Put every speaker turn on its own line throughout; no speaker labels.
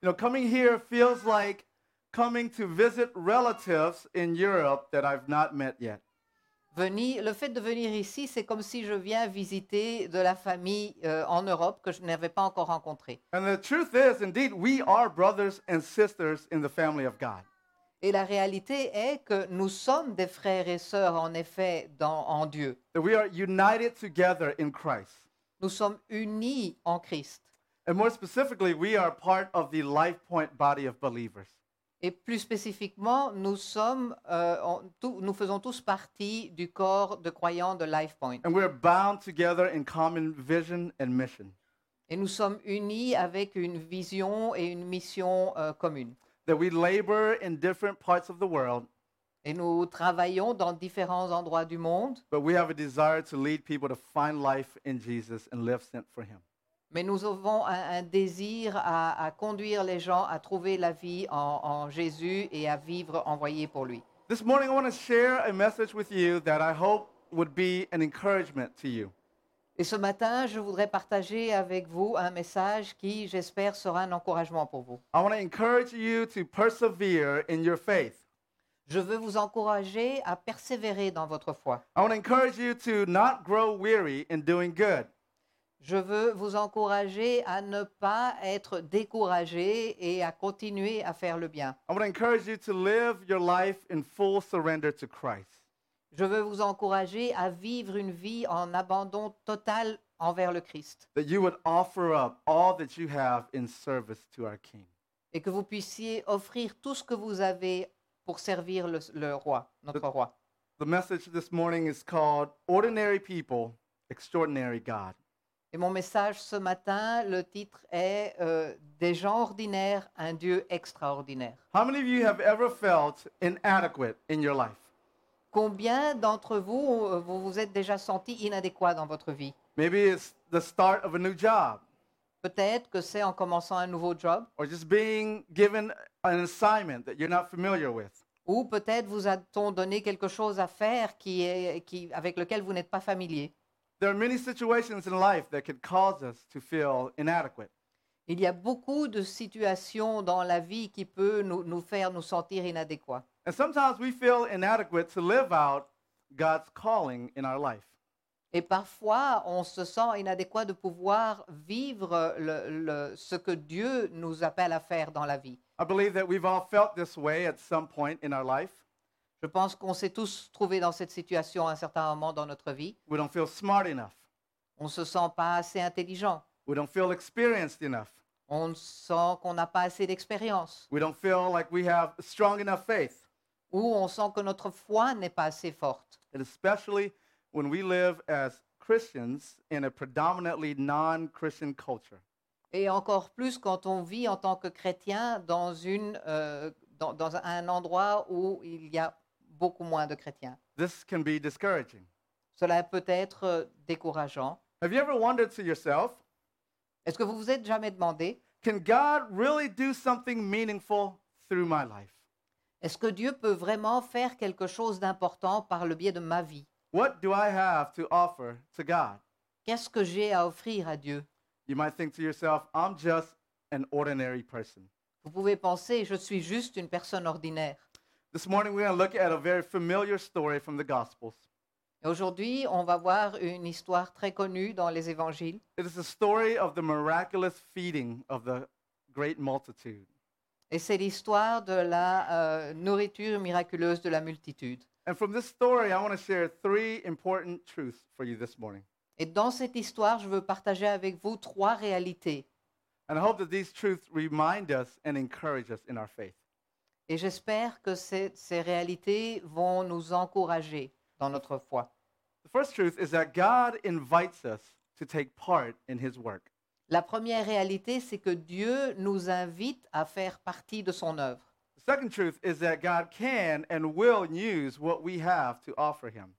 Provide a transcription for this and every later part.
You know, coming here feels like coming to visit relatives in Europe that I've not met yet.
Venir, le fait de venir ici, c'est comme si je viens visiter de la famille euh, en Europe que je n'avais pas encore rencontrée.
And the truth is, indeed, we are brothers and sisters in the family of God.
Et la réalité est que nous sommes des frères et sœurs, en effet, dans- en Dieu.
That we are united together in Christ.
Nous sommes unis en Christ.
And more specifically, we are part of the Life Point body of believers.
Et plus spécifiquement, nous, sommes, euh, en- tout- nous faisons tous partie du corps de croyants de LifePoint.
And we're bound together in common vision and mission.
Et nous sommes unis avec une vision et une mission euh, commune.
That we labor in different parts of the world,
Et nous travaillons dans différents endroits du monde,
but we have a desire to lead people to find life in Jesus and live sent for Him.
mais nous avons un, un désir à, à conduire les gens à trouver la vie en, en Jésus et à vivre envoyé pour lui.
This morning, I want to share a message with you that I hope would be an encouragement to you.
Et ce matin, je voudrais partager avec vous un message qui, j'espère, sera un encouragement pour vous.
I want to encourage you to persevere in your faith.
Je veux vous encourager à persévérer dans votre foi.
I want to encourage you to not grow weary in doing good.
Je veux vous encourager à ne pas être découragé et à continuer à faire le bien.
I want to encourage you to live your life in full surrender to Christ.
Je veux vous encourager à vivre une vie en abandon total envers le Christ
That you would offer up all that you have in service to our King.
et que vous puissiez offrir tout ce que vous avez pour servir le, le roi, notre roi.
The message this morning is called Ordinary People, Extraordinary God.
Et mon message ce matin, le titre est euh, Des gens ordinaires, un Dieu extraordinaire.
How many of you have ever felt inadequate in your life?
Combien d'entre vous euh, vous vous êtes déjà senti inadéquat dans votre vie
Maybe it's the start of a new job
Peut-être que c'est en commençant un nouveau job,
or just being given an assignment that you're not familiar with.
ou peut-être vous a-t-on donné quelque chose à faire qui est, qui, avec lequel vous n'êtes pas familier.
There are many situations in life that could cause us to feel inadequate.
Il y a beaucoup de situations dans la vie qui peuvent nous, nous faire nous sentir inadéquats.
And sometimes we feel inadequate to live out God's calling in our life.
Et parfois, on se sent inadéquat de pouvoir vivre le- le- ce que Dieu nous appelle à faire dans la vie.
I believe that we've all felt this way at some point in our life.
Je pense qu'on s'est tous trouvés dans cette situation à un certain moment dans notre vie.
We don't feel smart enough.
On ne se sent pas assez intelligent.
We don't feel experienced enough.
On sent qu'on n'a pas assez d'expérience.
We don't feel like we have strong enough faith.
Ou on sent que notre foi n'est pas assez forte.
And especially when we live as Christians in a predominantly non Christian culture.
Et encore plus quand on vit en tant que chrétien dans, une, euh, dans, dans un endroit où il y a beaucoup moins de chrétiens.
This can be discouraging.
Cela peut être euh, décourageant.
Have you ever wondered to yourself,
Est-ce que vous vous êtes jamais demandé,
can God really do something meaningful through my life?
est-ce que Dieu peut vraiment faire quelque chose d'important par le biais de ma vie
What do I have to offer to God?
Qu'est-ce que j'ai à offrir à Dieu
You might think to yourself, I'm just an ordinary person.
Vous pouvez penser, je suis juste une personne ordinaire.
This morning, we're going to look at a very familiar story from the Gospels.
Et aujourd'hui, on va voir une histoire très connue dans les évangiles.
It is the story of the miraculous feeding of the great multitude.
Et c'est l'histoire de la euh, nourriture miraculeuse de la multitude.
And from this story, I want to share three important truths for you this morning.
Et dans cette histoire, je veux partager avec vous trois réalités.
And I hope that these truths remind us and encourage us in our faith.
Et j'espère que ces, ces réalités vont nous encourager dans notre foi.
The first truth is that God invites us to take part in his work.
La première réalité, c'est que Dieu nous invite à faire partie de son œuvre.
The second truth is that God can and will use what we have to offer him.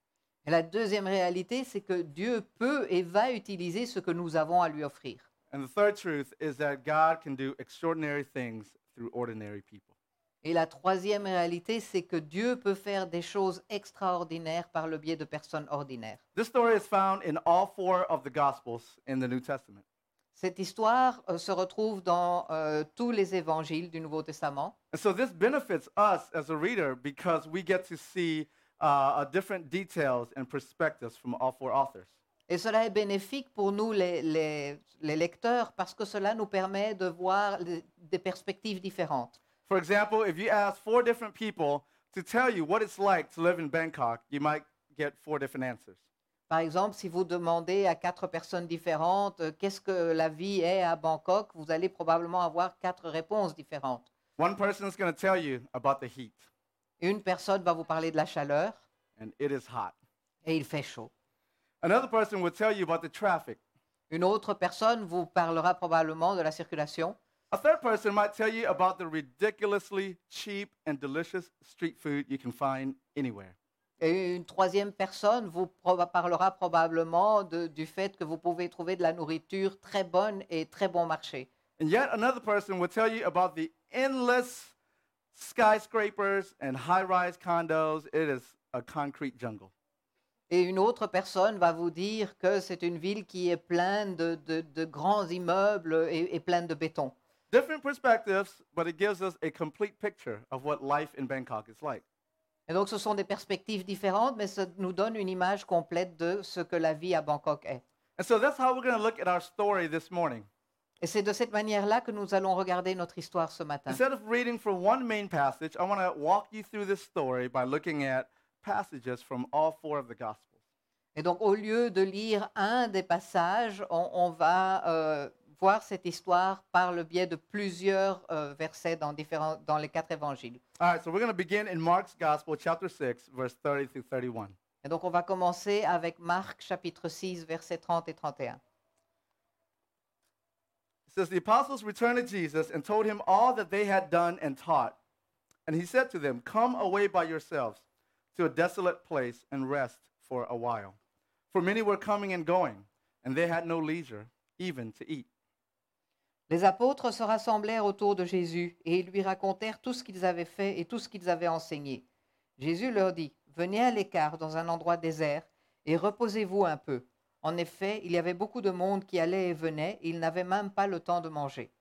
Et la deuxième réalité, c'est que Dieu peut et va utiliser ce que nous avons à lui offrir.
And the third truth is that God can do extraordinary things through ordinary people.
Et la troisième réalité, c'est que Dieu peut faire des choses extraordinaires par le biais de personnes ordinaires.
This story is found in all four of the Gospels in the New Testament.
Cette histoire euh, se retrouve dans euh, tous les évangiles du Nouveau Testament.
And so this benefits us as a reader because we get to see uh, uh, different details and perspectives from all four authors.
Et cela est bénéfique pour nous, les, les- les lecteurs, parce que cela nous permet de voir les- des perspectives différentes.
For example, if you ask four different people to tell you what it's like to live in Bangkok, you might get four different answers.
Par exemple, si vous demandez à quatre personnes différentes euh, qu'est-ce que la vie est à Bangkok, vous allez probablement avoir quatre réponses différentes.
One person is going to tell you about the heat,
Une personne va vous parler de la chaleur
and it is hot.
et il fait chaud.
Another person will tell you about the traffic.
Une autre personne vous parlera probablement de la circulation.
A third person might tell you about the ridiculously cheap and delicious street food you can find anywhere.
Et une troisième personne vous pro- parlera probablement de- du fait que vous pouvez trouver de la nourriture très bonne et très bon marché.
And yet another person will tell you about the endless skyscrapers and high rise condos. It is a concrete jungle.
Et une autre personne va vous dire que c'est une ville qui est pleine de, de- de grands immeubles et, et pleine de béton.
Different perspectives, but it gives us a complete picture of what life in Bangkok is like.
Et donc ce sont des perspectives différentes, mais ça nous donne une image complète de ce que la vie à Bangkok est.
And so that's how we're going to look at our story this morning.
Et c'est de cette manière-là que nous allons regarder notre histoire ce matin.
Instead of reading from one main passage, I want to walk you through this story by looking at passages from all four of the Gospels.
Et donc, au lieu de lire un des passages, on, on va euh, voir cette histoire par le biais de plusieurs euh, versets dans, différents- dans les quatre évangiles.
All right, so we're going to begin in Mark's Gospel, chapter 6, verse 30 through 31.
Et donc, on va commencer avec Marc chapitre 6, versets 30 et 31.
It says, The apostles returned to Jesus and told him all that they had done and taught. And he said to them, Come away by yourselves to a desolate place and rest for a while. For many were coming and going, and they had no leisure even to eat.
Les apôtres se rassemblèrent autour de Jésus et ils lui racontèrent tout ce qu'ils avaient fait et tout ce qu'ils avaient enseigné. Jésus leur dit, Venez à l'écart dans un endroit désert et reposez-vous un peu. En effet, il y avait beaucoup de monde qui allait et venait, et ils n'avaient même pas le temps de manger.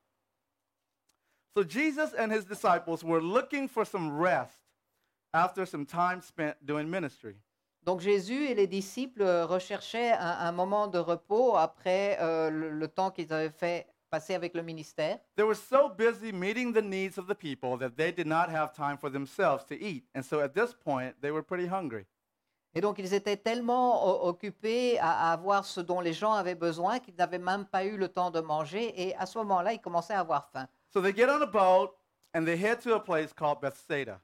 So Jesus and his disciples were looking for some rest after some time spent doing ministry.
Donc Jésus et les disciples euh, recherchaient un, un moment de repos après euh, le, le temps qu'ils avaient fait passer avec le ministère.
They were so busy meeting the needs of the people that they did not have time for themselves to eat. And so at this point, they were pretty hungry.
Et donc ils étaient tellement o- occupés à, à avoir ce dont les gens avaient besoin qu'ils n'avaient même pas eu le temps de manger. Et à ce moment-là, ils commençaient à avoir faim.
So they get on a boat and they head to a place called Bethsaida.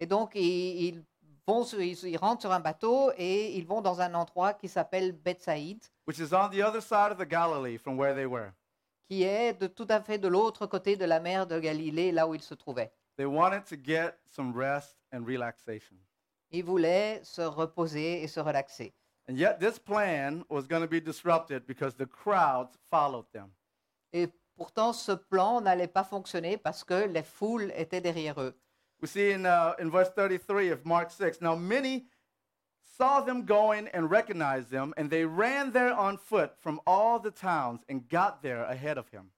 Et donc ils, ils vont sur- ils- ils rentrent sur un bateau et ils vont dans un endroit qui s'appelle Bethsaïde,
which is on the other side of the Galilee from where they were.
qui est de, tout à fait de l'autre côté de la mer de Galilée, là où ils se trouvaient.
They wanted to get some rest and relaxation.
Ils voulaient se reposer et se relaxer.
And yet, this plan was going to be disrupted because the crowds followed them.
Et pourtant, ce plan n'allait pas fonctionner parce que les foules étaient derrière eux.
We see in, uh, in verse 33 of Mark 6 Now, many saw them going and recognized them, and they ran there on foot from all the towns and got there ahead of him.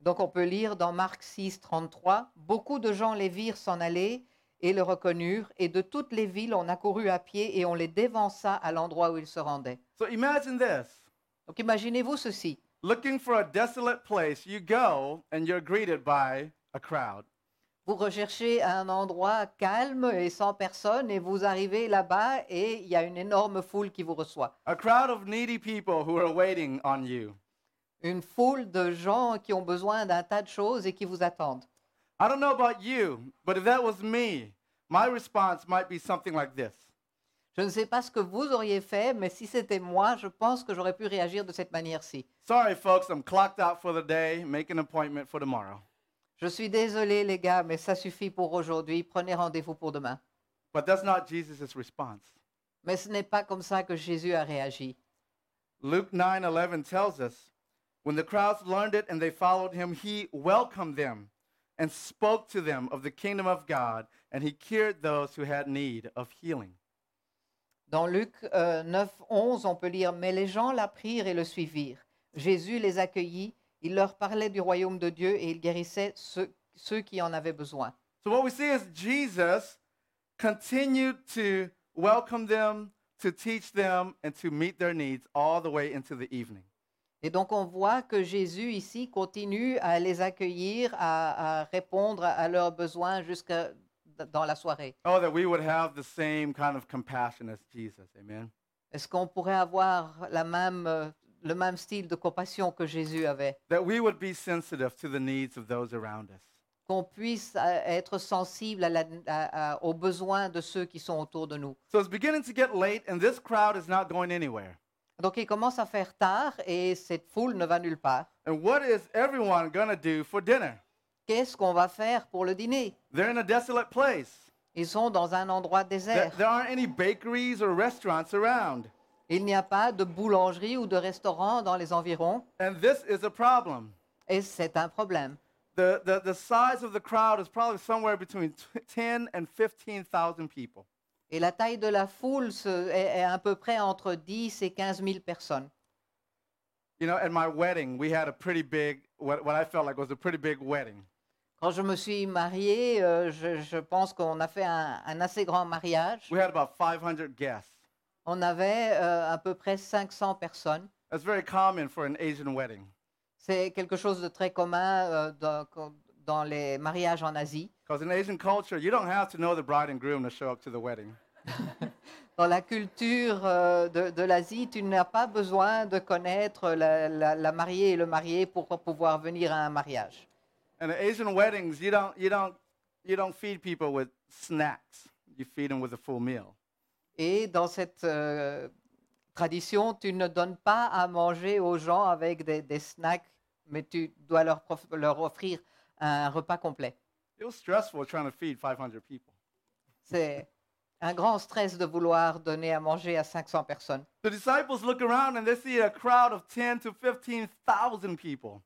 Donc on peut lire dans Marc 6, 33, Beaucoup de gens les virent s'en aller et le reconnurent, et de toutes les villes on accourut à pied et on les dévança à l'endroit où ils se rendaient.
So imagine this
Donc imaginez-vous ceci.
looking for a desolate place, you go and you're greeted by a crowd.
Vous recherchez un endroit calme et sans personne, et vous arrivez là-bas et il y a une énorme foule qui vous reçoit.
A crowd of needy people who are waiting on you.
Une foule de gens qui ont besoin d'un tas de choses et qui vous attendent.
I don't know about you, but if that was me, my response might be something like this
Je ne sais pas ce que vous auriez fait, mais si c'était moi, je pense que j'aurais pu réagir de cette manière-ci.
Sorry, folks, I'm clocked out for the day. Make an appointment for tomorrow.
Je suis désolé, les gars, mais ça suffit pour aujourd'hui. Prenez rendez-vous pour demain.
But that's not Jesus' response.
Mais ce n'est pas comme ça que Jésus a réagi.
Luke 9 11 tells us when the crowds learned it and they followed him, he welcomed them and spoke to them of the kingdom of God, and he cured those who had need of healing.
Dans Luc euh, 9, 11, on peut lire Mais les gens l'apprirent et le suivirent. Jésus les accueillit, il leur parlait du royaume de Dieu et il guérissait ceux, ceux qui en avaient besoin.
So what we see is Jesus continued to welcome them, to teach them, and to meet their needs all the way into the evening.
Et donc on voit que Jésus ici continue à les accueillir, à, à répondre à leurs besoins jusqu'à dans la soirée.
Oh, that we would have the same kind of compassion as Jesus. Amen.
Est-ce qu'on pourrait avoir la même, euh, le même style de compassion que Jésus avait
That we would be sensitive to the needs of those around us.
Qu'on puisse euh, être sensible à la- à- à- aux besoins de ceux qui sont autour de nous.
So it's beginning to get late, and this crowd is not going anywhere.
Donc il commence à faire tard et cette foule ne va nulle part.
And what is everyone going to do for dinner?
Qu'est-ce qu'on va faire pour le dîner
They're in a desolate place.
Ils sont dans un endroit
There,
désert.
there aren't any bakeries or restaurants around.
Il n'y a pas de boulangerie ou de restaurant dans les environs
And this is a problem.
et c'est un problème.
The, the, the size of the crowd is probably somewhere between t- 10 and 15,000 people.
Et la taille de la foule se- est, est à peu près entre 10 et 15 000 personnes.
You know, at my wedding, we had a pretty big, what, what I felt like was a pretty big wedding.
Quand je me suis mariée, euh, je, je pense qu'on a fait un, un assez grand mariage.
We had about 500 guests.
On avait euh, à peu près 500 personnes.
That's very common for an Asian wedding
C'est quelque chose de très commun euh, dans, dans les mariages en Asie.
because in Asian culture, you don't have to know the bride and groom to show up to the wedding.
Dans la culture euh, de, de l'Asie, tu n'as pas besoin de connaître la, la- la mariée et le marié pour pouvoir venir à un mariage.
And at Asian weddings, you don't, you don't, you don't feed people with snacks. You feed them with a full meal.
Et dans cette euh, tradition, tu ne donnes pas à manger aux gens avec des, des snacks, mais tu dois leur, prof- leur offrir un repas complet.
It was stressful trying to feed 500 people.
C'est un grand stress de vouloir donner à manger à 500 personnes.
The disciples look around and they see a crowd of 10 to 15,000 people.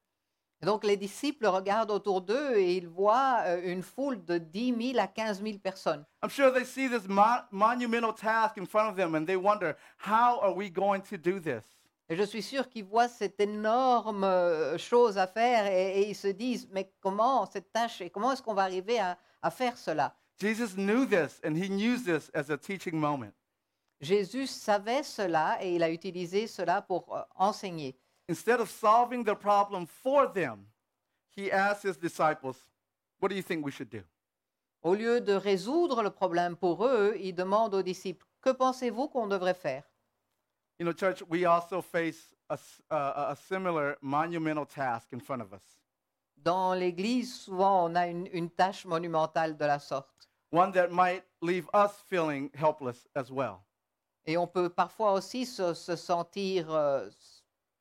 Et donc les disciples regardent autour d'eux et ils voient euh, une foule de 10 000 à 15 000 personnes.
I'm sure they see this mon- monumental task in front of them and they wonder, how are we going to do this?
Et je suis sûr qu'ils voient cette énorme euh, chose à faire et, et ils se disent, mais comment cette tâche et comment est-ce qu'on va arriver à- à faire cela
Jesus knew this and he used this as a teaching moment.
Jésus savait cela et il a utilisé cela pour euh, enseigner.
Instead of solving the problem for them, he asked his disciples, What do you think we should do?
Au lieu de résoudre le problème pour eux, il demande aux disciples, que pensez-vous qu'on devrait faire
You know, church, we also face a, s- uh, a- a similar monumental task in front of us,
Dans l'Église, souvent, on a une, une tâche monumentale de la sorte.
one that might leave us feeling helpless as well.
Et on peut parfois aussi se, se sentir euh, s-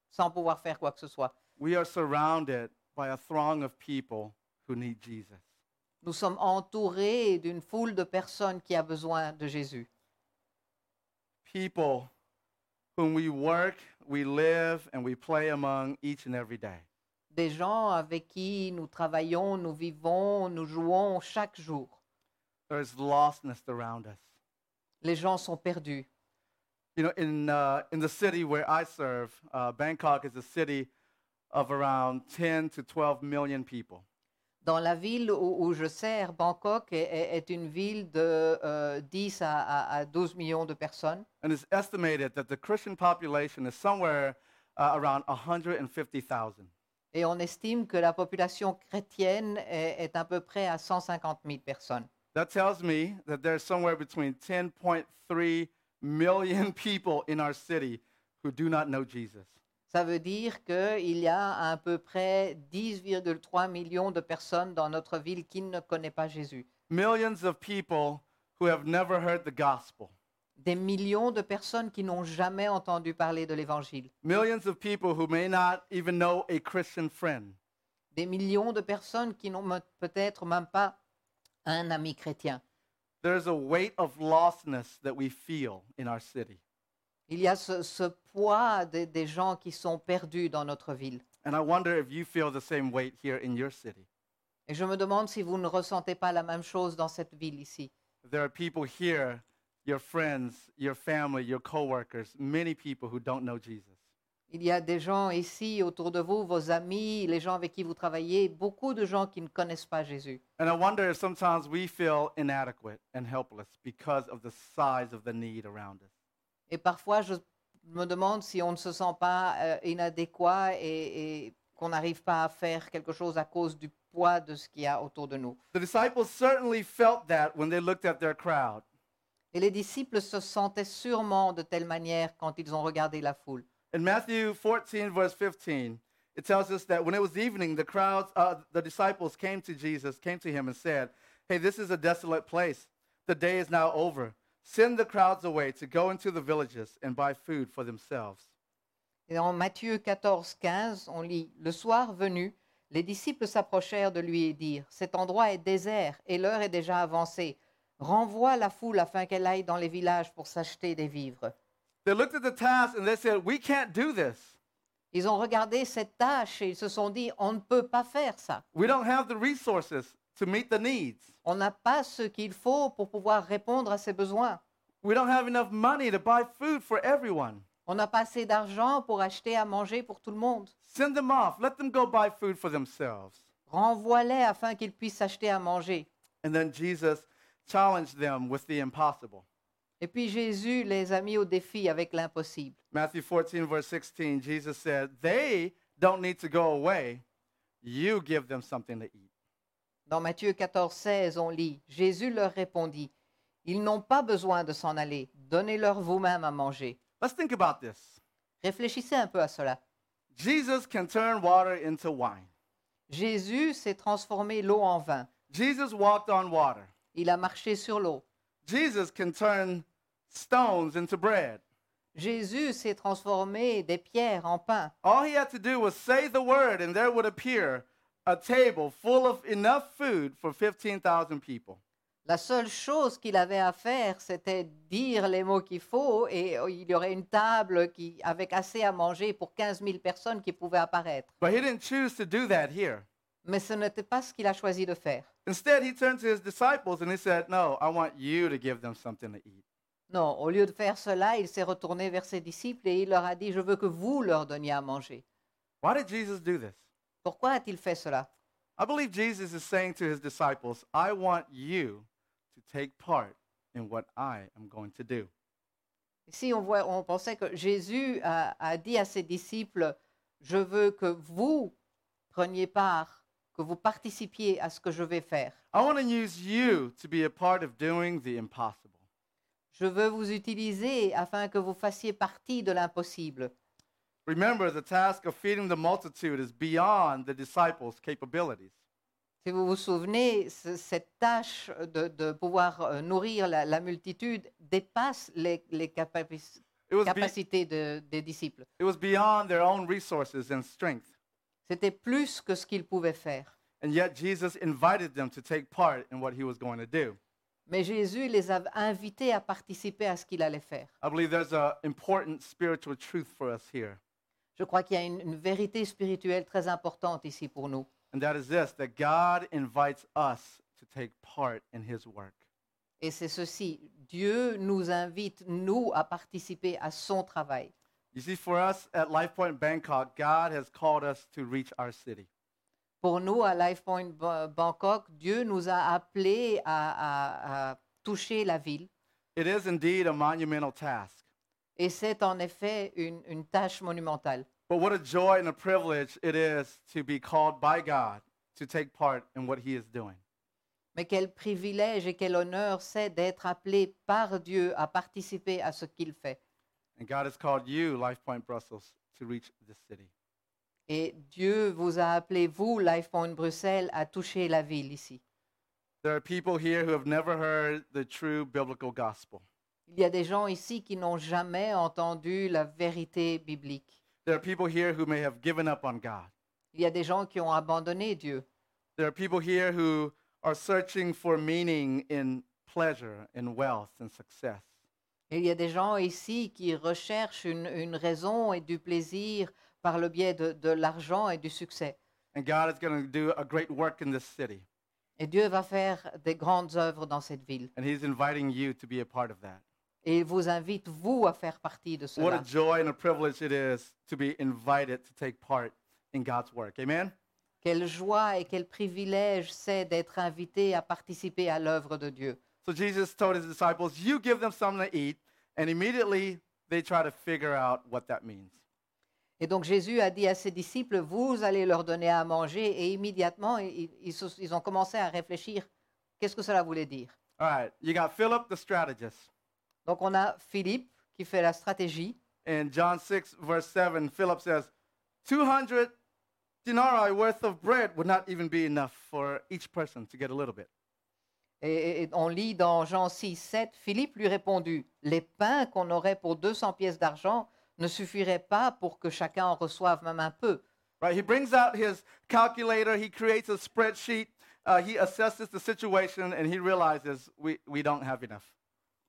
sans pouvoir faire quoi que ce soit.
We are surrounded by a throng of people who need Jesus.
Nous sommes entourés d'une foule de personnes qui a besoin de Jésus.
People whom we work, we live, and we play among each and every day.
Des gens avec qui nous travaillons, nous vivons, nous jouons chaque jour.
There is lostness around us.
Les gens sont perdus.
You know, in, uh, in the city where I serve, uh, Bangkok is a city of around 10 to 12 million people.
Dans la ville où, où je sers, Bangkok est, est- est une ville de euh, 10 à, à- à 12 millions de personnes.
And it's estimated that the Christian population is somewhere uh, around 150,000.
Et on estime que la population chrétienne est, est à peu près à 150 000 personnes.
That tells me that there's somewhere between 10.3 million people in our city who do not know Jesus.
Ça veut dire qu'il y a à peu près 10,3 millions de personnes dans notre ville qui ne connaissent pas Jésus.
Millions of people who have never heard the gospel.
Des millions de personnes qui n'ont jamais entendu parler de l'Évangile.
Millions of people who may not even know a Christian friend.
Des millions de personnes qui n'ont me- peut-être même pas un ami chrétien.
There's a weight of lostness that we feel in our city.
Il y a ce, ce poids des, des gens qui sont perdus dans notre ville.
And I wonder if you feel the same weight here in your city.
Et je me demande si vous ne ressentez pas la même chose dans cette ville ici.
There are people here, your friends, your family, your coworkers, many people who don't know Jesus.
Il y a des gens ici autour de vous, vos amis, les gens avec qui vous travaillez, beaucoup de gens qui ne connaissent pas Jésus.
And I wonder if sometimes we feel inadequate and helpless because of the size of the need around us.
Et parfois, je me demande si on ne se sent pas euh, inadéquat et, et qu'on n'arrive pas à faire quelque chose à cause du poids de ce qu'il y a autour de nous.
The disciples certainly felt that when they looked at their crowd.
Et les disciples se sentaient sûrement de telle manière quand ils ont regardé la foule.
In Matthew 14, verse 15, it tells us that when it was evening, the crowds, uh, the disciples came to Jesus, came to him and said, Hey, this is a desolate place. The day is now over. Send the crowds away to go into the villages and buy food for themselves.
Et en Matthieu 14, 15, on lit Le soir venu, les disciples s'approchèrent de lui et dirent Cet endroit est désert et l'heure est déjà avancée. Renvoie la foule afin qu'elle aille dans les villages pour s'acheter des vivres.
They looked at the task and they said, We can't do this.
Ils ont regardé cette tâche et ils se sont dit On ne peut pas faire ça.
We don't have the resources to meet the needs.
On n'a pas ce qu'il faut pour pouvoir répondre à ses besoins.
We don't have enough money to buy food for everyone.
On n'a pas assez d'argent pour acheter à manger pour tout le monde.
Send them off. Let them go buy food for themselves.
Renvoie-les afin qu'ils puissent acheter à manger.
And then Jesus challenged them with the impossible.
Et puis Jésus les a mis au défi avec l'impossible.
Matthew 14, verse 16, Jesus said, They don't need to go away. You give them something to eat.
Dans Matthieu 14, 16, on lit Jésus leur répondit Ils n'ont pas besoin de s'en aller, donnez-leur vous-même à manger.
Let's think about this.
Réfléchissez un peu à cela.
Jesus can turn water into wine.
Jésus s'est transformé l'eau en vin.
Jesus walked on water.
Il a marché sur l'eau.
Jesus can turn stones into bread.
Jésus s'est transformé des pierres en pain.
All he had to do was say the word, and there would appear a table full of enough food for 15,000 people.
La seule chose qu'il avait à faire, c'était dire les mots qu'il faut et euh, il y aurait une table qui, avec assez à manger pour 15 000 personnes qui pouvaient apparaître.
But he didn't choose to do that here.
Mais ce n'était pas ce qu'il a choisi de faire.
Instead, he turned to his disciples and he said, No, I want you to give them something to eat.
Non, au lieu de faire cela, il s'est retourné vers ses disciples et il leur a dit, je veux que vous leur donniez à manger.
Why did Jesus do this?
Pourquoi a-t-il fait cela
I believe Jesus is saying to his disciples, I want you to take part in what I am going to do.
Ici, on, voit, on pensait que Jésus a, a dit à ses disciples, je veux que vous preniez part, que vous participiez à ce que je vais faire.
I want to use you to be a part of doing the impossible.
Je veux vous utiliser afin que vous fassiez partie de l'impossible.
Remember, the task of feeding the multitude is beyond the disciples' capabilities.
Si vous vous souvenez, ce- cette tâche de, de pouvoir euh, nourrir la, la multitude dépasse les, les capaci-
It was, be-
capacités de- des disciples.
it was beyond their own resources and strength.
C'était plus que ce qu'ils pouvaient faire.
And yet, Jesus invited them to take part in what he was going to do.
Mais Jésus les a invités à participer à ce qu'il allait faire.
I believe there's an important spiritual truth for us here,
Je crois qu'il y a une, une vérité spirituelle très importante ici pour nous.
and that is this that God invites us to take part in his work.
Et c'est ceci, Dieu nous invite, nous, à participer à son travail.
You see, for us at LifePoint Bangkok, God has called us to reach our city.
Pour nous, à LifePoint Ba- Bangkok, Dieu nous a appelés à, à- à toucher la ville.
It is indeed a monumental task,
Et c'est en effet une, une tâche monumentale.
but what a joy and a privilege it is to be called by God to take part in what he is doing.
Mais quel privilège et quel honneur c'est d'être appelé par Dieu à participer à ce qu'il fait.
And God has called you, LifePoint Brussels, to reach this city.
Et Dieu vous a appelé, vous, LifePoint Bruxelles, à toucher la ville ici.
There are people here who have never heard the true biblical gospel.
Il y a des gens ici qui n'ont jamais entendu la vérité biblique.
There are people here who may have given up on God.
Il y a des gens qui ont abandonné Dieu.
There are people here who are searching for meaning in pleasure, in wealth, and success.
Et il y a des gens ici qui recherchent une, une raison et du plaisir par le biais de, de l'argent et du succès.
And God is going to do a great work in this city,
Et Dieu va faire des grandes œuvres dans cette ville.
and He's inviting you to be a part of that.
Et il vous invite, vous, à faire partie de
What a
cela.
joy and a privilege it is to be invited to take part in God's work. Amen?
Quelle joie et quel privilège c'est d'être invité à participer à l'œuvre de Dieu.
So Jesus told his disciples, You give them something to eat, and immediately they try to figure out what that means.
Et donc Jésus a dit à ses disciples, vous allez leur donner à manger. Et immédiatement, i- i- ils, se- ils ont commencé à réfléchir, qu'est-ce que cela voulait dire
All right, you got Philip the strategist.
Donc on a Philippe qui fait la stratégie.
In John 6, verse 7, Philip says, 200 denarii worth of bread would not even be enough for each person to get a little bit.
Et, et- et on lit dans Jean 6, 7, Philippe lui répondit, les pains qu'on aurait pour 200 pièces d'argent ne suffiraient pas pour que chacun en reçoive même un peu.
Right? He brings out his calculator, he creates a spreadsheet, uh, he assesses the situation, and he realizes we, we don't have enough.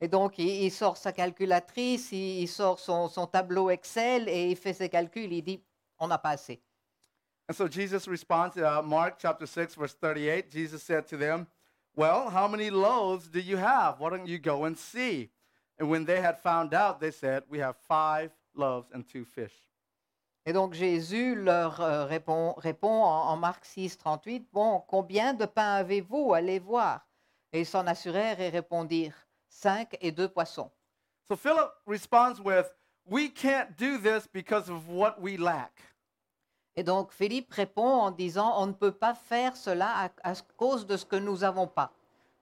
Et donc, il, il sort sa calculatrice, il, il sort son, son tableau Excel et il fait ses calculs. Il dit, on n'a pas assez.
And so Jesus responds, uh, Mark chapter 6, verse 38, Jesus said to them, Well, how many loaves do you have? Why don't you go and see? And when they had found out, they said, We have five loaves and two fish.
Et donc, Jésus leur euh, répond, répond en, en Marc 6, 38, Bon, combien de pains avez-vous Allez voir. Et ils s'en assurèrent et répondirent, Cinq et deux poissons.
So Philip responds with, We can't do this because of what we lack.
Et donc, Philippe répond en disant, On ne peut pas faire cela à, à cause de ce que nous n'avons pas.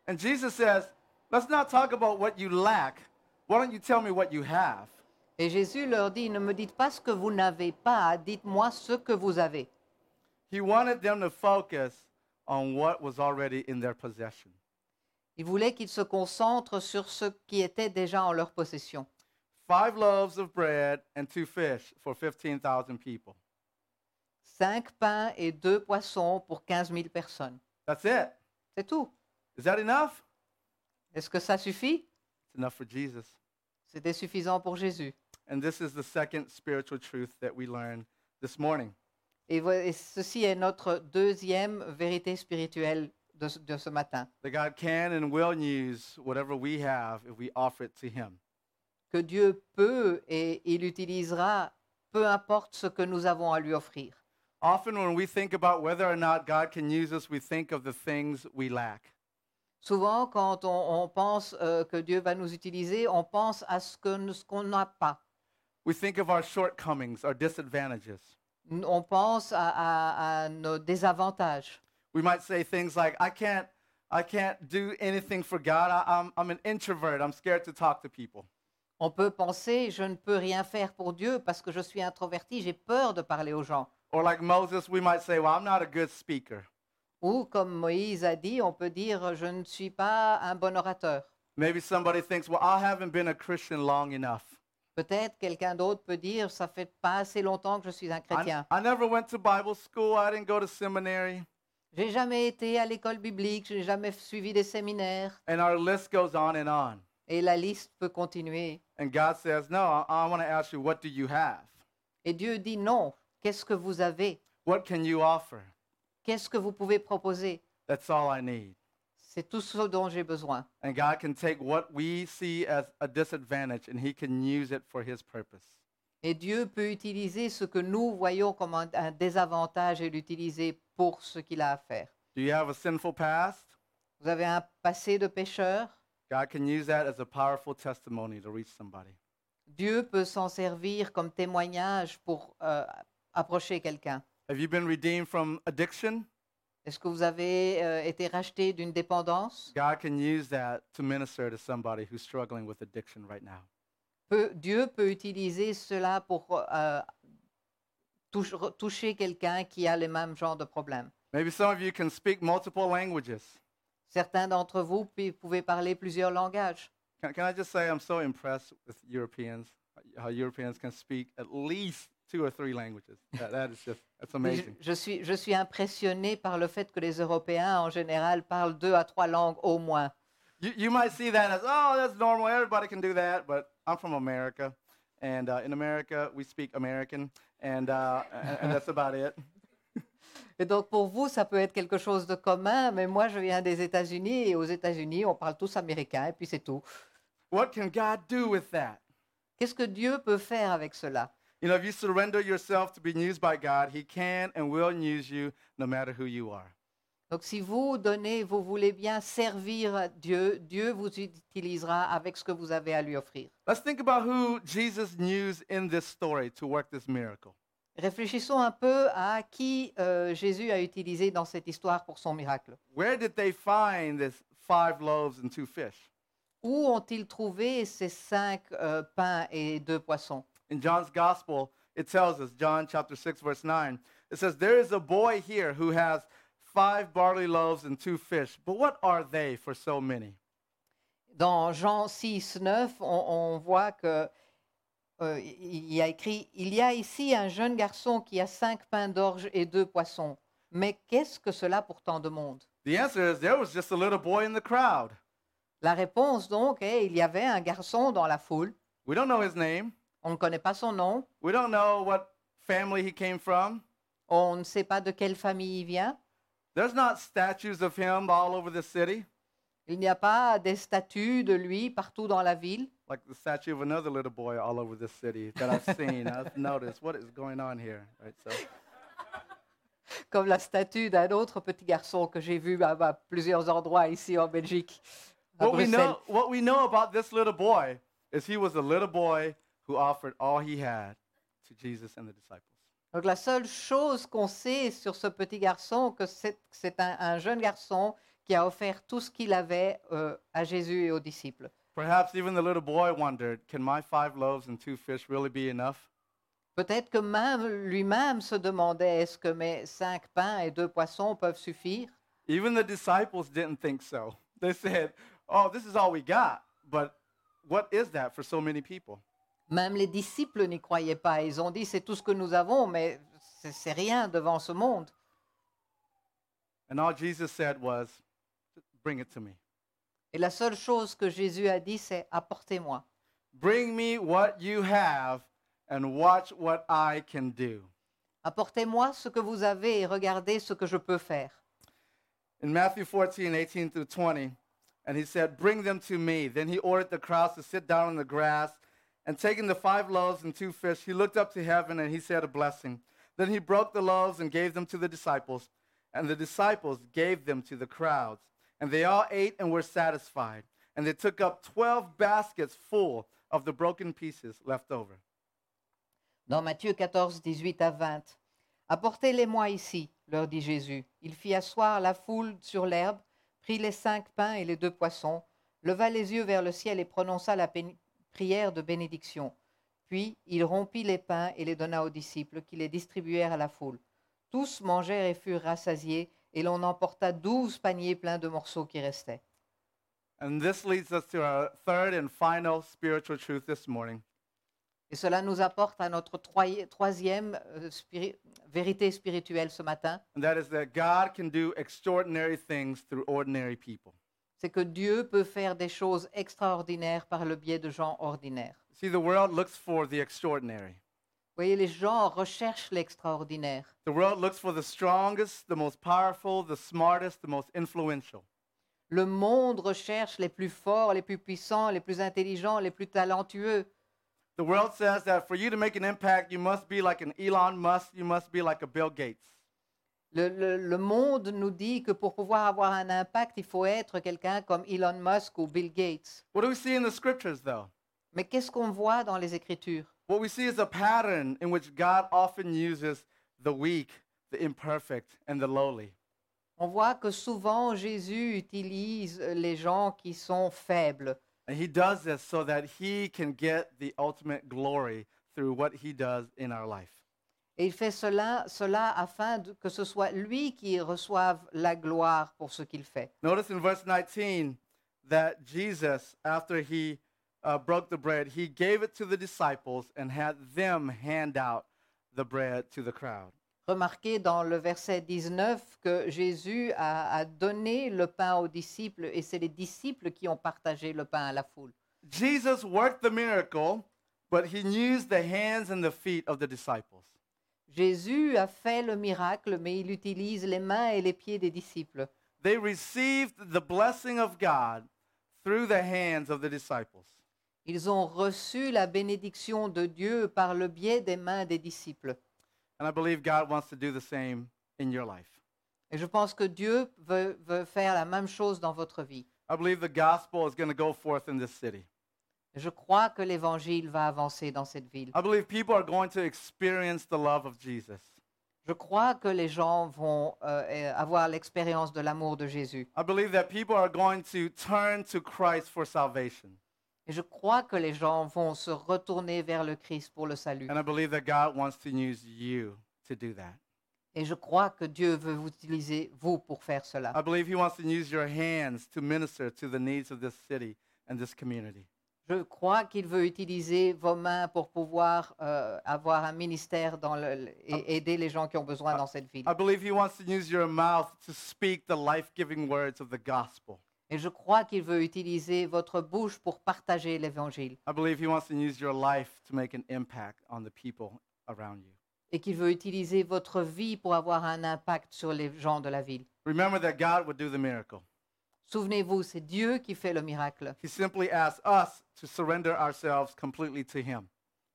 And Jesus says, Let's not talk about what you lack. Why don't you tell me what you have?
Et Jésus leur dit, Ne me dites pas ce que vous n'avez pas, dites-moi ce que vous avez.
He wanted them to focus on what was already in their possession.
Il voulait qu'ils se concentrent sur ce qui était déjà en leur possession.
Five loaves of bread and two fish for 15,000 people.
Cinq pains et deux poissons pour 15 000 personnes.
That's it.
C'est tout.
Is that enough?
Est-ce que ça suffit
It's enough for Jesus.
C'était suffisant pour Jésus.
And this is the second spiritual truth that we learned this morning.
Et, vo- et ceci est notre deuxième vérité spirituelle de ce, de ce matin.
That God can and will use whatever we have if we offer it to Him.
Que Dieu peut et il utilisera peu importe ce que nous avons à lui offrir.
Often, when we think about whether or not God can use us, we think of the things we lack.
Souvent, quand on, on pense euh, que Dieu va nous utiliser, on pense à ce que nous- ce qu'on n'a pas.
We think of our shortcomings, our disadvantages.
N- On pense à- à- à nos désavantages.
We might say things like, I can't, I can't do anything for God. I, I'm, I'm an introvert. I'm scared to talk to people.
On peut penser, je ne peux rien faire pour Dieu parce que je suis introverti, j'ai peur de parler aux gens.
Or, like Moses, we might say, Well, I'm not a good speaker.
Ou comme Moïse a dit, on peut dire, je ne suis pas un bon orateur.
Maybe somebody thinks, Well, I haven't been a Christian long enough.
Peut-être quelqu'un d'autre peut dire, ça fait pas assez longtemps que je suis un
I,
chrétien.
I never went to Bible school. I didn't go to seminary.
J'ai jamais été à l'école biblique, j'ai jamais suivi des séminaires.
And our list goes on and on.
Et la liste peut continuer.
And God says, No, I, I want to ask you, what do you have?
Et Dieu dit non. Qu'est-ce que vous avez
What can you offer?
Qu'est-ce que vous pouvez proposer
That's all I need.
C'est tout ce dont j'ai besoin.
And God can take what we see as a disadvantage and He can use it for His purpose.
Et Dieu peut utiliser ce que nous voyons comme un, un désavantage et l'utiliser pour ce qu'il a à faire.
Do you have a sinful past?
Vous avez un passé de pécheur.
God can use that as a powerful testimony to reach somebody.
Dieu peut s'en servir comme témoignage pour euh, approcher quelqu'un.
Have you been redeemed from addiction?
Est-ce que vous avez euh, été racheté d'une dépendance
God can use that to minister to somebody who's struggling with addiction right now.
Peut- Dieu peut utiliser cela pour euh, touche- toucher quelqu'un qui a les mêmes genres de problèmes.
Maybe some of you can speak multiple languages.
Certains d'entre vous pu- pouvez parler plusieurs langages.
Can, can I just say I'm so impressed with Europeans, how Europeans can speak at least two or three languages. That, that is just, that's
Mais Je,
amazing.
je suis, je suis impressionné par le fait que les Européens, en général, parlent deux à trois langues au moins.
You, you might see that as, oh, that's normal. Everybody can do that. But I'm from America. And uh, in America, we speak American. And, uh, a- and, that's about it.
Et donc, pour vous, ça peut être quelque chose de commun, mais moi, je viens des États-Unis, et aux États-Unis, on parle tous américain, et puis c'est tout.
What can God do with that?
Qu'est-ce que Dieu peut faire avec cela
You know, if you surrender yourself to being used by God, He can and will use you no matter who you are.
Donc si vous donnez, vous voulez bien servir Dieu, Dieu vous utilisera avec ce que vous avez à lui offrir.
Let's think about who Jesus used in this story to work this miracle.
Réfléchissons un peu à qui euh, Jésus a utilisé dans cette histoire pour son miracle.
Where did they find this five loaves and two fish?
Où ont-ils trouvé ces cinq euh, pains et deux poissons
In John's gospel, it tells us, John chapter 6, verse 9, it says, There is a boy here who has five barley loaves and two fish, but what are they for so many?
Dans Jean 6, 9, on, on voit que euh, il y a écrit Il y a ici un jeune garçon qui a cinq pains d'orge et deux poissons. Mais qu'est-ce que cela pour tant de monde
The answer is there was just a little boy in the crowd.
La réponse donc est il y avait un garçon dans la foule.
We don't know his name.
On ne connaît pas son nom.
We don't know what family he came from.
On ne sait pas de quelle famille il vient.
There's not statues of him all over the city,
Il n'y a pas des statues de lui partout dans la ville.
like the statue of another little boy all over the city that I've seen. I've noticed what is going on here. Right, so
comme la statue d'un autre petit garçon que j'ai vu à, à plusieurs endroits ici en Belgique. à
what we
Bruxelles.
know, what we know about this little boy is he was a little boy who offered all he had to Jesus and the disciples.
Donc la seule chose qu'on sait sur ce petit garçon, que c'est c'est un, un jeune garçon qui a offert tout ce qu'il avait euh, à Jésus et aux disciples.
Perhaps even the little boy wondered, can my five loaves and two fish really be enough?
Peut-être que même lui-même se demandait est-ce que mes cinq pains et deux poissons peuvent suffire.
Even the disciples didn't think so. They said, "Oh, this is all we got." But what is that for so many people?
Même les disciples n'y croyaient pas. Ils ont dit c'est tout ce que nous avons, mais c'est- c'est rien devant ce monde.
And all Jesus said was, "Bring it to me.
Et la seule chose que Jésus a dit, c'est apportez-moi.
Bring me what you have and watch what I can do."
Apportez-moi ce que vous avez et regardez ce que je peux faire.
In Matthew 14, 18 through 20, and he said, Bring them to me. Then he ordered the crowds to sit down on the grass. And taking the five loaves and two fish, he looked up to heaven and he said a blessing. Then he broke the loaves and gave them to the disciples. And the disciples gave them to the crowds. And they all ate and were satisfied. And they took up 12 baskets full of the broken pieces left over.
Dans Matthieu 14, 18 à 20. Apportez-les-moi ici, leur dit Jésus. Il fit asseoir la foule sur l'herbe, prit les cinq pains et les deux poissons, leva les yeux vers le ciel et prononça la béni- prière de bénédiction. Puis il rompit les pains et les donna aux disciples, qui les distribuèrent à la foule. Tous mangèrent et furent rassasiés, et l'on emporta douze paniers pleins de morceaux qui restaient.
And this leads us to our third and final spiritual truth this morning.
Et cela nous apporte à notre troi- troisième euh, spiri- vérité spirituelle ce matin,
and that is that God can do extraordinary things through ordinary people.
c'est que Dieu peut faire des choses extraordinaires par le biais de gens ordinaires.
See, the world looks for the extraordinary.
Vous voyez, les gens recherchent l'extraordinaire.
The world looks for the strongest, the most powerful, the smartest, the most influential.
Le monde recherche les plus forts, les plus puissants, les plus intelligents, les plus talentueux.
The world says that for you to make an impact, you must be like an Elon Musk, you must be like a Bill Gates.
Le, le- le monde nous dit que pour pouvoir avoir un impact, il faut être quelqu'un comme Elon Musk ou Bill Gates.
What do we see in the scriptures, though?
Mais qu'est-ce qu'on voit dans les Écritures
What we see is a pattern in which God often uses the weak, the imperfect, and the lowly.
On voit que souvent Jésus utilise les gens qui sont faibles.
And he does this so that he can get the ultimate glory through what he does in our life.
Et il fait cela, cela afin de- que ce soit lui qui reçoive la gloire pour ce qu'il fait.
Notice in verse 19 that Jesus, after he uh, broke the bread, he gave it to the disciples and had them hand out the bread to the crowd.
Remarquez dans le verset 19 que Jésus a, a donné le pain aux disciples et c'est les disciples qui ont partagé le pain à la foule.
Jesus worked the miracle, but he used the hands and the feet of the disciples.
Jésus a fait le miracle, mais il utilise les mains et les pieds des disciples.
They received the blessing of God through the hands of the disciples.
Ils ont reçu la bénédiction de Dieu par le biais des mains des disciples.
And I believe God wants to do the same in your life.
Et je pense que Dieu veut, veut faire la même chose dans votre vie.
I believe the gospel is going to go forth in this city.
Je crois que l'évangile va avancer dans cette ville.
I believe people are going to experience the love of Jesus.
Je crois que les gens vont euh, euh, avoir l'expérience de l'amour de Jésus.
I believe that people are going to turn to Christ for salvation.
Et je crois que les gens vont se retourner vers le Christ pour le salut.
And I believe that God wants to use you to do that.
Et je crois que Dieu veut vous utiliser, vous, pour faire cela.
I believe He wants to use your hands to minister to the needs of this city and this community.
Je crois qu'il veut utiliser vos mains pour pouvoir euh, avoir un ministère dans le- et aider les gens qui ont besoin dans cette ville.
I believe He wants to use your mouth to speak the life giving words of the gospel.
Et je crois qu'il veut utiliser votre bouche pour partager l'évangile.
I believe He wants to use your life to make an impact on the people around you.
Et qu'il veut utiliser votre vie pour avoir un impact sur les gens de la ville.
Remember that God would do the miracle.
Souvenez-vous, c'est Dieu qui fait le miracle.
He simply asks us to surrender ourselves completely to Him,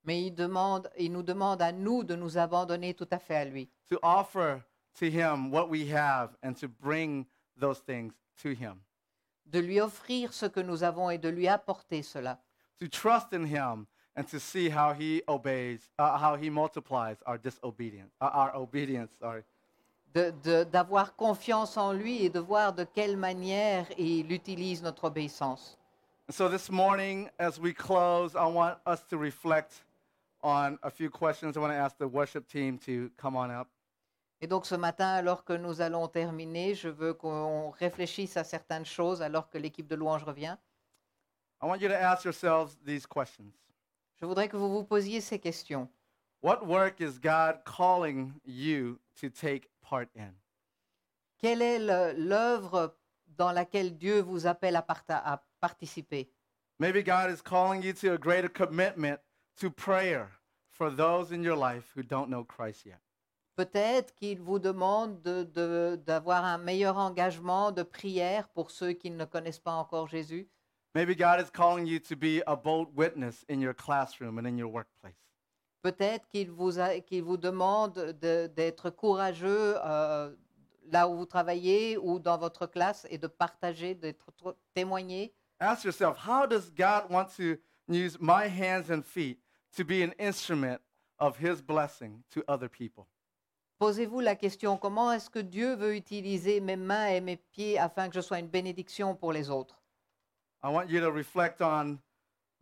Mais il, demande, il nous demande à nous de nous abandonner tout à fait à lui,
to offer to Him what we have and to bring those things to Him,
de lui offrir ce que nous avons et de lui apporter cela,
to trust in Him and to see how He obeys, uh, how He multiplies our disobedience, uh, our obedience. Sorry.
de- de- d'avoir confiance en lui et de voir de quelle manière il utilise notre obéissance.
And so this morning, as we close, I want us to reflect on a few questions. I want to ask the worship team to come on up.
Et donc ce matin, alors que nous allons terminer, je veux qu'on réfléchisse à certaines choses alors que l'équipe de louange revient.
I want you to ask yourselves these questions.
Je voudrais que vous vous posiez ces questions.
What work is God calling you to take part in?
Quelle est le- l'œuvre dans laquelle Dieu vous appelle à parta- à participer
Maybe God is calling you to a greater commitment to prayer for those in your life who don't know Christ yet.
Peut-être qu'il vous demande de- de- d'avoir un meilleur engagement de prière pour ceux qui ne connaissent pas encore Jésus.
Maybe God is calling you to be a bold witness in your classroom and in your workplace.
Peut-être qu'il vous, a- qu'il vous demande de- d'être courageux euh, là où vous travaillez ou dans votre classe et de partager, d'être tro- témoigner.
Ask yourself, how does God want to use my hands and feet to be an instrument of his blessing to other people?
Posez-vous la question, comment est-ce que Dieu veut utiliser mes mains et mes pieds afin que je sois une bénédiction pour les autres
I want you to reflect on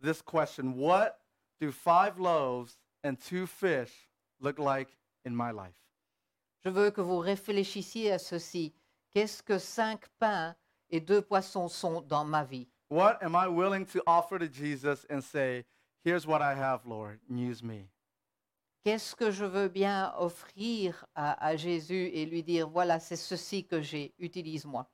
this question. What do five loaves and two fish look like in my life?
Je veux que vous réfléchissiez à ceci. Qu'est-ce que cinq pains et deux poissons sont dans ma vie
What am I willing to offer to Jesus and say, here's what I have, Lord, use me?
Qu'est-ce que je veux bien offrir à, à Jésus et lui dire, voilà, c'est ceci que j'ai, utilise-moi.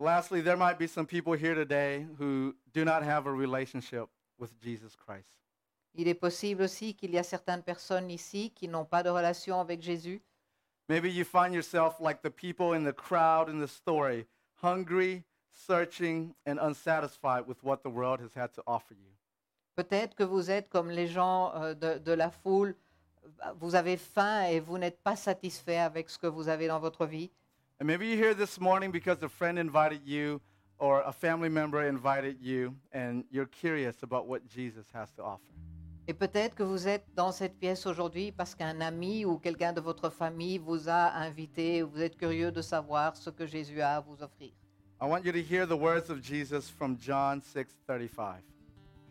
Lastly, there might be some people here today who do not have a relationship with Jesus Christ.
Il est possible aussi qu'il y a certaines personnes ici qui n'ont pas de relation avec Jésus.
Maybe you find yourself like the people in the crowd in the story, hungry, searching, and unsatisfied with what the world has had to offer you.
Peut-être que vous êtes comme les gens euh, de, de la foule, vous avez faim et vous n'êtes pas satisfait avec ce que vous avez dans votre vie.
And maybe you're here this morning because a friend invited you or a family member invited you, and you're curious about what Jesus has to offer.
Et peut-être que vous êtes dans cette pièce aujourd'hui parce qu'un ami ou quelqu'un de votre famille vous a invité, vous êtes curieux de savoir ce que Jésus a à vous offrir.
I want you to hear the words of Jesus from John 6:35.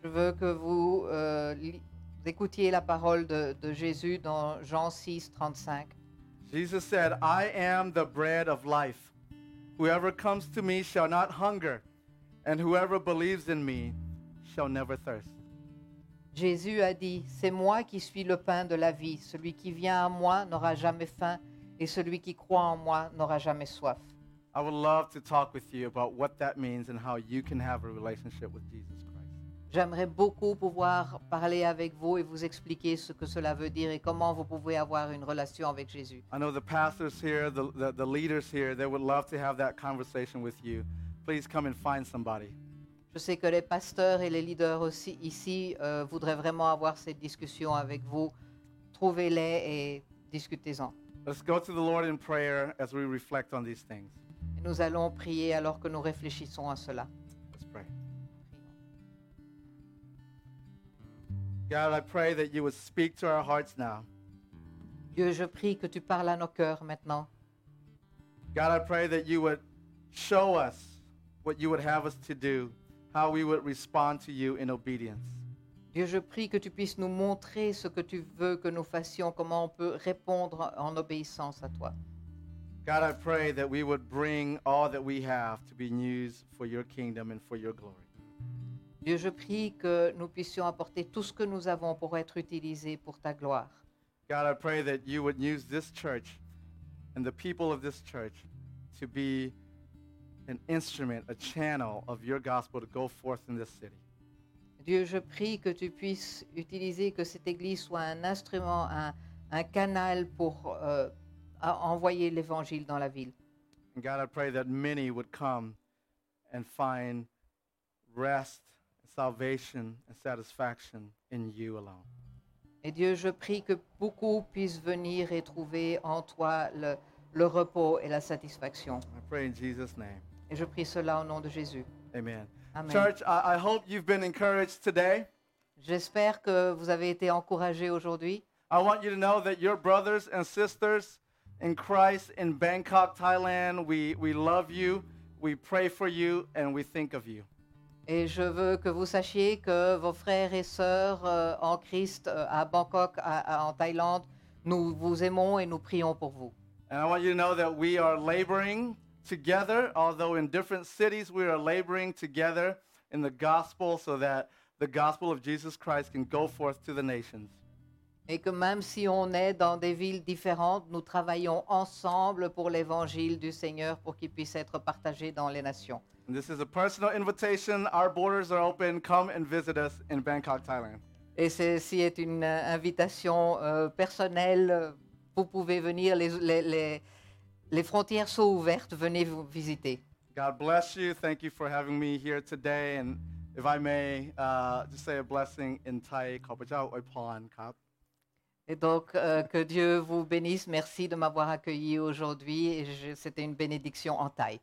Je veux que vous euh, li- écoutiez la parole de, de Jésus dans Jean 6, 35.
Jesus said, "I am the bread of life. Whoever comes to me shall not hunger, and whoever believes in me shall never thirst."
Jésus a dit, C'est moi qui suis le pain de la vie. Celui qui vient à moi n'aura jamais faim, et celui qui croit en moi n'aura jamais soif.
I would love to talk with you about what that means and how you can have a relationship with Jesus Christ.
J'aimerais beaucoup pouvoir parler avec vous et vous expliquer ce que cela veut dire et comment vous pouvez avoir une relation avec Jésus.
I know the pastors here, the, the, the leaders here, they would love to have that conversation with you. Please come and find somebody.
Je sais que les pasteurs et les leaders aussi ici euh, voudraient vraiment avoir cette discussion avec vous. Trouvez-les et discutez-en.
Let's go to the Lord in prayer as we reflect on these things.
Et Nous allons prier alors que nous réfléchissons à cela.
Let's pray. God, I pray that you would speak to our hearts now.
Dieu, je prie que tu parles à nos cœurs maintenant.
God, I pray that you would show us what you would have us to do, how we would respond to you in obedience.
Dieu, je prie que tu puisses nous montrer ce que tu veux que nous fassions, comment on peut répondre en obéissance à toi.
God, I pray that we would bring all that we have to be used for your kingdom and for your glory.
Dieu, je prie que nous puissions apporter tout ce que nous avons pour être utilisés pour ta gloire.
God, I pray that you would use this church and the people of this church to be an instrument, a channel of your gospel to go forth in this city.
Dieu, je prie que tu puisses utiliser, que cette Église soit un instrument, un, un canal pour euh, à- envoyer l'Évangile dans la ville.
And God, I pray that many would come and find rest, salvation, and satisfaction in you alone.
Et Dieu, je prie que beaucoup puissent venir et trouver en toi le, le repos et la satisfaction.
I pray in Jesus' name.
Et je prie cela au nom de Jésus.
Amen.
Amen.
Church, I, I hope you've been encouraged today.
J'espère que vous avez été encouragés aujourd'hui.
I want you to know that your brothers and sisters in Christ in Bangkok, Thailand, we, we love you, we pray for you, and we think of you.
Et je veux que vous sachiez que vos frères et sœurs euh, en Christ euh, à Bangkok, à- à- en Thaïlande, nous vous aimons et nous prions pour vous.
And I want you to know that we are laboring together, although in different cities, we are laboring together in the gospel so that the gospel of Jesus Christ can go forth to the nations.
Et que même si on est dans des villes différentes, nous travaillons ensemble pour l'évangile du Seigneur pour qu'il puisse être partagé dans les nations.
And this is a personal invitation. Our borders are open. Come and visit us in Bangkok, Thailand.
Et ceci est une euh, invitation euh, personnelle. Vous pouvez venir, les, les- les- les frontières sont ouvertes, venez vous visiter.
God bless you. Thank you for having me here today. And if I may, uh, just say a blessing in Thai. ขอพระเจ้าอวยพรครับ.
Et donc, euh, que Dieu vous bénisse. Merci de m'avoir accueilli aujourd'hui. Et je- C'était une bénédiction en taille.